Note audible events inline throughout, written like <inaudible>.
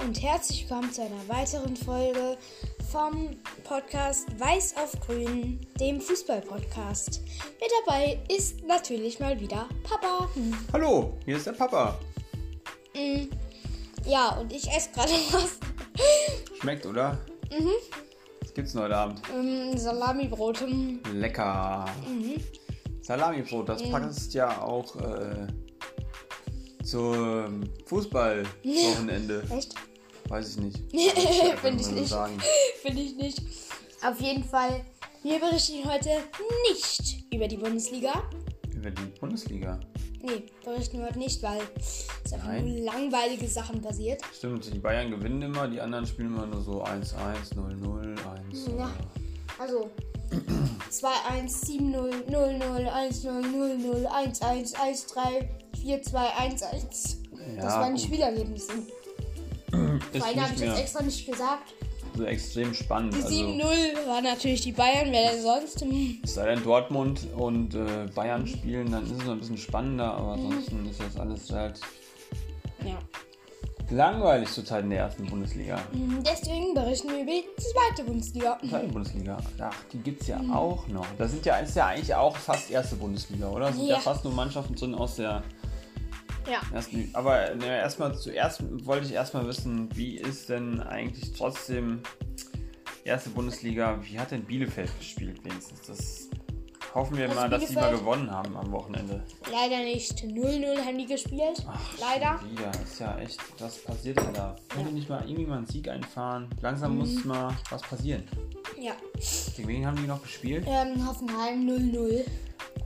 und herzlich willkommen zu einer weiteren Folge vom Podcast Weiß auf Grün, dem Fußball-Podcast. Mit dabei ist natürlich mal wieder Papa. Hm. Hallo, hier ist der Papa. Ja, und ich esse gerade <laughs> was. Schmeckt, oder? Mhm. Was gibt's denn heute Abend? Ähm, Salamibrot. Hm. Lecker. Mhm. Salamibrot, das passt ja auch äh, zum Fußballwochenende. <laughs> Echt? Weiß ich <laughs> nicht. Bin ich Kann man so nicht. Sagen. Finde ich nicht. Auf jeden Fall, wir berichten heute nicht über die Bundesliga. Über die Bundesliga. Nee, berichten wir heute nicht, weil es einfach Nein. nur langweilige Sachen passiert. Stimmt, die Bayern gewinnen immer, die anderen spielen immer nur so 1-1, 0-0, 1. Ja, also 2, 1, 7, 0, 0, 0, 1, 0, 0, 0, 1, 1, 1, 3, 4, 2, 1, 1. Ja, das waren die gut. Spielergebnisse. Ist Beide habe nicht ich jetzt mehr extra nicht gesagt. so extrem spannend. Die Also, 7-0 waren natürlich die Bayern, wer denn sonst? Hm. es sei denn Dortmund und äh, Mhm. Bayern spielen, dann ist es noch ein bisschen spannender, aber ansonsten ist das alles halt Ja. langweilig zurzeit in der ersten Bundesliga. Hm, Deswegen berichten wir über die zweite Bundesliga. Zweite Bundesliga. Ach, die gibt's ja auch noch. Das sind ja, ist ja eigentlich auch fast erste Bundesliga, oder? Es sind ja. Ja. fast nur Mannschaften drin aus der Ja. ersten. Aber ne, erstmal zuerst wollte ich erstmal wissen, wie ist denn eigentlich trotzdem erste Bundesliga? Wie hat denn Bielefeld gespielt wenigstens? Das hoffen wir Also mal, dass die mal Bielefeld- gewonnen haben am Wochenende. Leider nicht. 0-0 haben die gespielt. Leider. Wieder ist ja echt, was passiert denn da? Mhm. Könnte nicht mal irgendwie mal einen Sieg einfahren? Langsam muss mal was passieren. Ja. Gegen wen haben die noch gespielt? Ähm, Hoffenheim 0-0.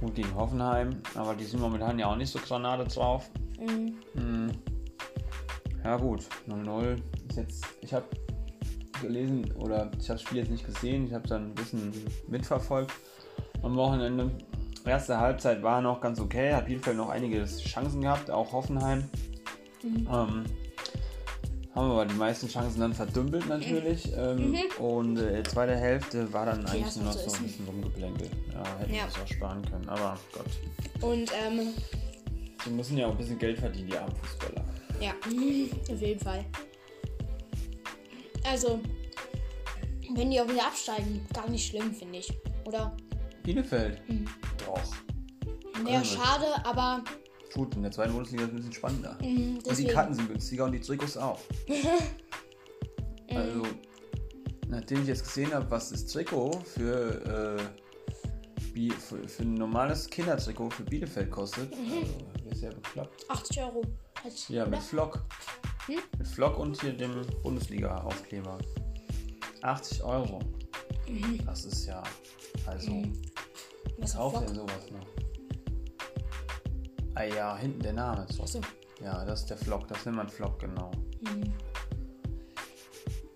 Gut gegen Hoffenheim, aber die sind momentan ja auch nicht so Granate drauf. Mhm. Hm. Ja gut, 0-0 ist jetzt, ich habe gelesen oder ich habe das Spiel jetzt nicht gesehen, ich habe dann ein bisschen mitverfolgt am Wochenende. Erste Halbzeit war noch ganz okay, hat Bielefeld noch einige Chancen gehabt, auch Hoffenheim. Ähm, haben aber die meisten Chancen dann verdümpelt natürlich. Ähm, Und äh, zweite Hälfte war dann eigentlich lass nur noch uns so so ein essen. bisschen rumgeplänkel. Ja, hätten Ja. wir es auch sparen können, aber Gott. Und ähm, Die müssen ja auch ein bisschen Geld verdienen, die armen Fußballer. Ja, auf jeden Fall. Also, wenn die auch wieder absteigen, gar nicht schlimm, finde ich. Oder? Bielefeld? Mhm. Doch. Ja, Können wir. schade, aber Gut, in der zweiten Bundesliga ist es ein bisschen spannender. mh, Und die Mhm, deswegen. Karten sind günstiger und die <laughs> Trikots auch. Mhm. also, nachdem ich jetzt gesehen habe, was das Trikot für, äh, Bi- für, für ein normales Kindertrikot für Bielefeld kostet, also, ist ja bekloppt. 80 Euro. Als- Ja, mit Mhm. oder? Hm? Flock. Mit Flock und hier dem Bundesliga-Aufkleber. 80 Euro. Mhm. Das ist ja. Also. Was für Kauft Flock? denn sowas noch? Ah ja, hinten der Name. ist drauf. Achso. Ja, das ist der Vlog, das nennt man Vlog, genau.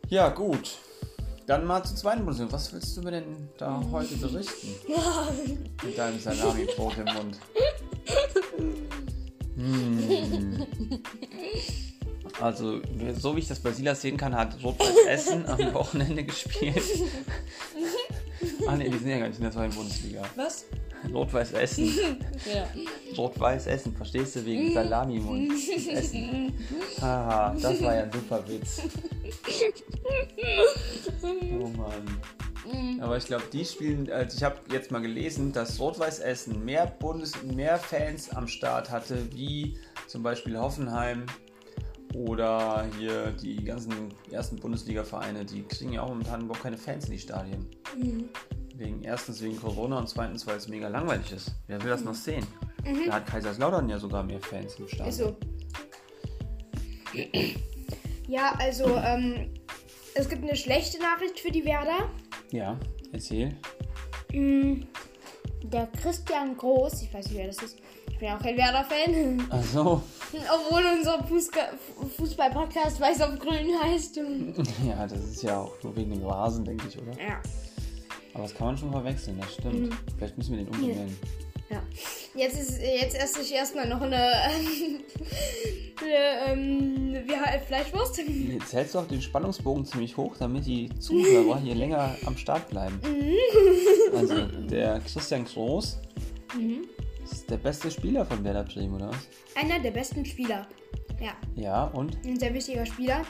Ja, gut. Dann mal zur zweiten Bundesliga. Was willst du mir denn da heute berichten? Mit deinem Salami-Brot im Mund. Hm. Also, so wie ich das bei Silas sehen kann, hat Rot-Weiß Essen am Wochenende gespielt. ah ne, die sind ja gar nicht in der zweiten Bundesliga. Was? Rot-Weiß Essen. Ja. Rot-Weiß essen, verstehst du? Wegen Salami im Mund. Das Essen. Haha, das war ja ein super Witz. Oh Mann. Aber ich glaube, die spielen, also ich habe jetzt mal gelesen, dass Rot-Weiß Essen mehr Bundes, mehr Fans am Start hatte, wie zum Beispiel Hoffenheim oder hier die ganzen ersten Bundesliga-Vereine. Die kriegen ja auch momentan überhaupt keine Fans in die Stadien. Wegen erstens wegen Corona und zweitens, weil es mega langweilig ist. Wer will das noch sehen? Da hat Kaiserslautern ja sogar mehr Fans im Stadion. Also. Ja, also, ähm, es gibt eine schlechte Nachricht für die Werder. Ja, erzähl. Der Christian Groß, ich weiß nicht, wer das ist. Ich bin ja auch kein Werder-Fan. <laughs> Also, Obwohl unser Fußga- Fußball-Podcast Weiß auf Grün heißt. <laughs> ja, das ist ja auch nur wegen dem Rasen, denke ich, oder? Ja. Aber das kann man schon verwechseln, das stimmt. Vielleicht müssen wir den umbenennen. ja. Jetzt ist jetzt esse ich erstmal noch eine, <laughs> eine ähm, wie halt Fleischwurst. Jetzt hältst du auch den Spannungsbogen ziemlich hoch, damit die Zuhörer hier länger am Start bleiben. <laughs> Also, der Christian Groß ist der beste Spieler von Werder Bremen, oder was? Einer der besten Spieler. Ja, Ja, und? ein sehr wichtiger Spieler.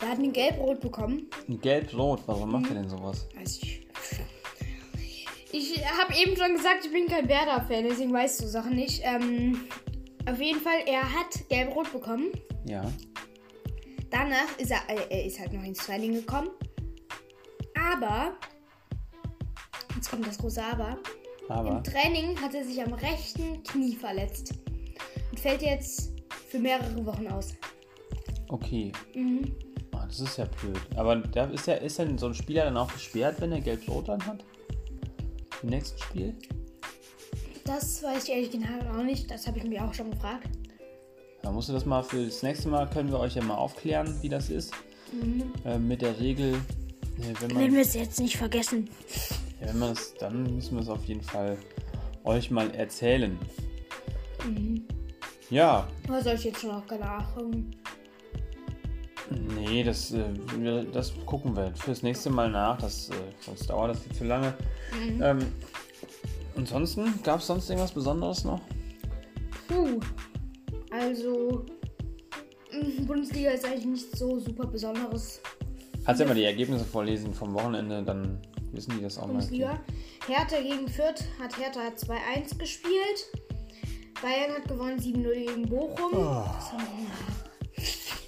Der hat einen Gelb-Rot bekommen. Ein Gelb-Rot, warum macht er denn sowas? Weiß ich. Ich habe eben schon gesagt, ich bin kein Werder-Fan, deswegen weißt du Sachen nicht. Ähm, auf jeden Fall, er hat Gelb-Rot bekommen. Ja. Danach ist er, äh, er ist halt noch ins Training gekommen. Aber, jetzt kommt das große Aber. Aber. Im Training hat er sich am rechten Knie verletzt. Und fällt jetzt für mehrere Wochen aus. Okay. Mhm. Ah, das ist ja blöd. Aber da ist ja, ist denn so ein Spieler dann auch gesperrt, wenn er Gelb-Rot dann hat? Im nächsten Spiel? Das weiß ich ehrlich gesagt auch nicht. Das habe ich mir auch schon gefragt. Da musst du das mal für das nächste Mal können wir euch ja mal aufklären, wie das ist. Ähm, mit der Regel, äh, wenn man. wir es jetzt nicht vergessen. Ja, wenn man es, dann müssen wir es auf jeden Fall euch mal erzählen. Ja, Was soll ich jetzt schon noch nachgucken? nee, das, äh, wir, das gucken wir fürs nächste Mal nach. Das, äh, sonst dauert das viel zu lange. Ähm, ansonsten, gab es sonst irgendwas Besonderes noch? Puh. Also, mh, Bundesliga ist eigentlich nichts so super Besonderes. Kannst ja mal die Ergebnisse vorlesen vom Wochenende, dann wissen die das auch mal. Bundesliga. Hertha gegen Fürth hat Hertha 2-1 gespielt. Bayern hat gewonnen 7-0 gegen Bochum. Das haben wir-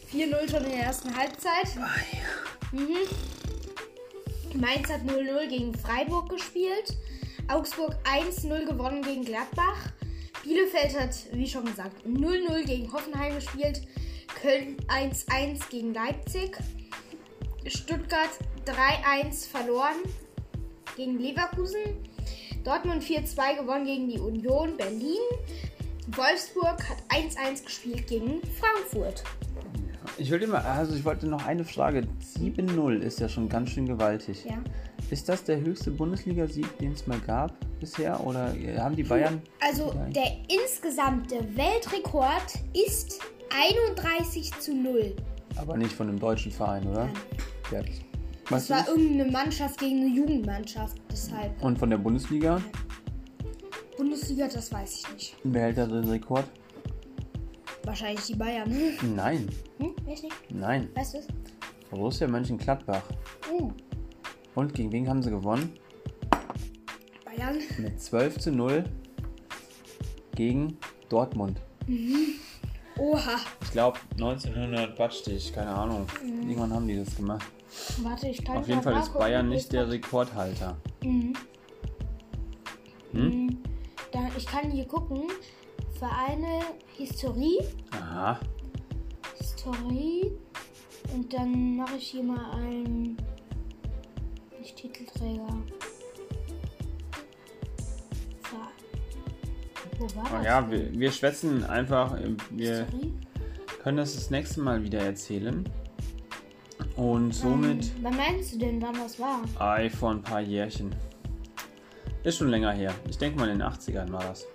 4-0 schon in der ersten Halbzeit. Mhm. Mainz hat 0-0 gegen Freiburg gespielt. Augsburg 1-0 gewonnen gegen Gladbach. Bielefeld hat, wie schon gesagt, 0-0 gegen Hoffenheim gespielt. Köln 1-1 gegen Leipzig. Stuttgart 3-1 verloren gegen Leverkusen. Dortmund 4-2 gewonnen gegen die Union Berlin. Wolfsburg hat 1-1 gespielt gegen Frankfurt. Ich wollte mal, also ich wollte noch eine Frage. 7-0 ist ja schon ganz schön gewaltig. Ja. Ist das der höchste Bundesligasieg, den es mal gab bisher? Oder äh, haben die Bayern. Also der insgesamte Weltrekord ist 31 zu 0. Aber nicht von einem deutschen Verein, oder? Ja. Was Das war ist? irgendeine Mannschaft gegen eine Jugendmannschaft. Deshalb Und von der Bundesliga? Bundesliga, das weiß ich nicht. Wer hält da den Rekord? Wahrscheinlich die Bayern. Hm, Nein, echt nicht? nein. Weißt du es? Borussia Mönchengladbach. Uh, Und gegen wen haben sie gewonnen? Bayern. Mit 12 zu 0 gegen Dortmund. Oha. Ich glaube 1900 Batsch dich, keine Ahnung. Mhm. Irgendwann haben die das gemacht. Warte, ich kann Auf jeden mal Fall ist nachgucken, Bayern wie nicht es der Rekordhalter. Da, ich kann hier gucken. Vereine, Historie, Aha. Historie. Und dann mache ich hier mal einen. Nicht Titelträger. So. Wo war Oh das? ja, wir, wir schwätzen einfach. äh, Wir Historie? können das das nächste Mal wieder erzählen. Und somit. Ähm, wann meinst du denn, wann das war? Ei, vor ein paar Jährchen. Ist schon länger her. Ich denke mal in den 80ern war das.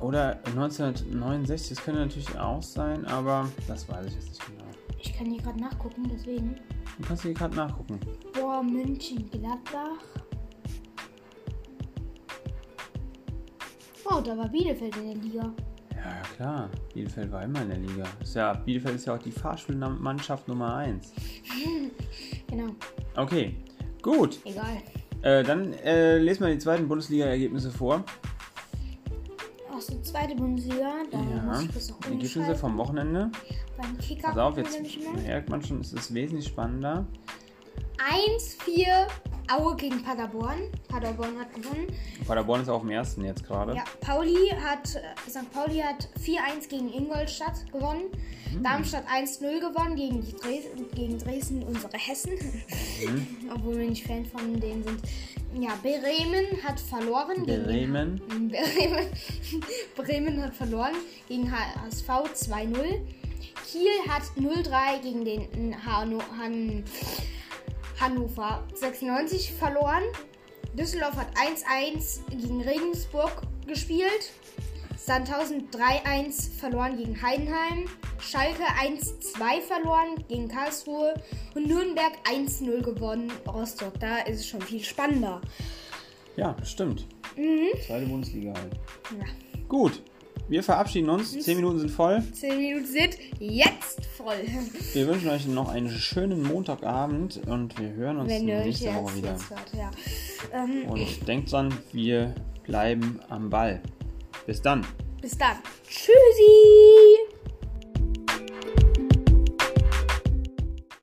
Oder 1969, das könnte natürlich auch sein, aber das weiß ich jetzt nicht genau. Ich kann hier gerade nachgucken, deswegen. Du kannst hier gerade nachgucken. Boah, München, Gladbach. Oh, da war Bielefeld in der Liga. Ja, ja, klar. Bielefeld war immer in der Liga. Ist ja, Bielefeld ist ja auch die Fahrschulmannschaft Nummer 1. Genau, Okay, gut. egal. Äh, dann äh, lesen wir die zweiten Bundesliga-Ergebnisse vor. Achso, zweite Bundesliga, da muss ich kurz noch Ergebnisse umschalten. vom Wochenende. Beim Kicker Pass auf, gucken jetzt wir nämlich mal. merkt man schon, es ist wesentlich spannender. 1-4 Aue gegen Paderborn. Paderborn hat gewonnen. Paderborn ist auf dem ersten jetzt gerade. Ja, Pauli hat, äh, St. Pauli hat 4-1 gegen Ingolstadt gewonnen. Mhm. Darmstadt 1-0 gewonnen gegen, die Dresden, gegen Dresden, unsere Hessen. Mhm. <laughs> Obwohl wir nicht Fan von denen sind. Ja, Bremen hat verloren gegen Bremen. Bremen, <laughs> Bremen hat verloren gegen HSV 2-0. Kiel hat 0-3 gegen den Hanno, Han, Hannover 96 verloren. Düsseldorf hat 1-1 gegen Regensburg gespielt. Sandhausen 3-1 verloren gegen Heidenheim. Schalke 1-2 verloren gegen Karlsruhe. Und Nürnberg 1-0 gewonnen. Rostock, da ist es schon viel spannender. Ja, stimmt. Zweite Bundesliga halt. Ja. Gut. Wir verabschieden uns. Zehn Minuten sind voll. 10 Minuten sind jetzt voll. Wir wünschen euch noch einen schönen Montagabend und wir hören uns Wenn ihr euch nächste Woche jetzt, wieder. jetzt hört, ja. Ähm, Und denkt dran, wir bleiben am Ball. Bis dann. bis dann. Tschüssi!